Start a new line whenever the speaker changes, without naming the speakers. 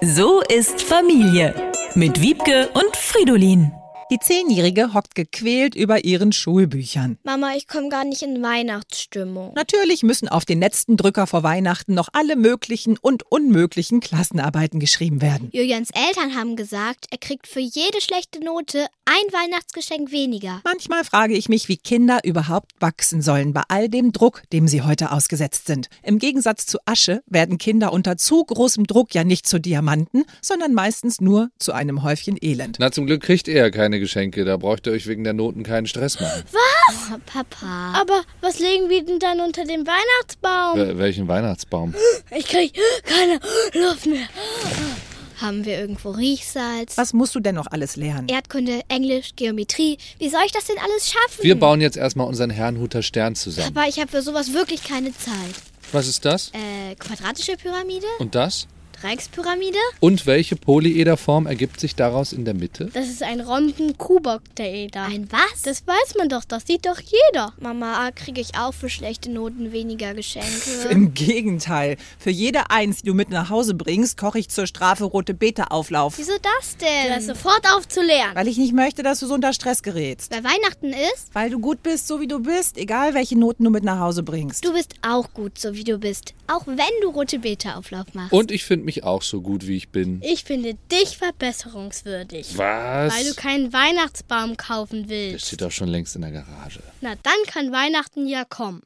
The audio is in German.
So ist Familie mit Wiebke und Fridolin.
Die Zehnjährige hockt gequält über ihren Schulbüchern.
Mama, ich komme gar nicht in Weihnachtsstimmung.
Natürlich müssen auf den letzten Drücker vor Weihnachten noch alle möglichen und unmöglichen Klassenarbeiten geschrieben werden.
Julians Eltern haben gesagt, er kriegt für jede schlechte Note ein Weihnachtsgeschenk weniger.
Manchmal frage ich mich, wie Kinder überhaupt wachsen sollen bei all dem Druck, dem sie heute ausgesetzt sind. Im Gegensatz zu Asche werden Kinder unter zu großem Druck ja nicht zu Diamanten, sondern meistens nur zu einem Häufchen Elend.
Na, zum Glück kriegt er ja keine Geschenke. Da braucht ihr euch wegen der Noten keinen Stress machen.
Oh, Papa. Aber was legen wir denn dann unter dem Weihnachtsbaum?
Wel- welchen Weihnachtsbaum?
Ich krieg keine Luft mehr. Haben wir irgendwo Riechsalz?
Was musst du denn noch alles lernen?
Erdkunde, Englisch, Geometrie. Wie soll ich das denn alles schaffen?
Wir bauen jetzt erstmal unseren Herrnhuter Stern zusammen.
Papa, ich habe für sowas wirklich keine Zeit.
Was ist das?
Äh, quadratische Pyramide?
Und das?
Dreieckspyramide?
Und welche Polyederform ergibt sich daraus in der Mitte?
Das ist ein Rhomben-Kubokteeder.
Ein was?
Das weiß man doch, das sieht doch jeder.
Mama, kriege ich auch für schlechte Noten weniger Geschenke.
Im Gegenteil. Für jede Eins, die du mit nach Hause bringst, koche ich zur Strafe rote Bete-Auflauf.
Wieso das denn?
Das sofort auf zu lernen.
Weil ich nicht möchte, dass du so unter Stress gerätst.
Weil Weihnachten ist,
Weil du gut bist, so wie du bist, egal welche Noten du mit nach Hause bringst.
du bist auch gut, so wie du bist. Auch wenn du rote Beta-Auflauf machst.
Und ich finde mich auch so gut, wie ich bin.
Ich finde dich verbesserungswürdig. Weil du
Was?
keinen Weihnachtsbaum kaufen
Der
willst.
steht doch schon längst in der Garage.
Na, dann kann Weihnachten ja kommen.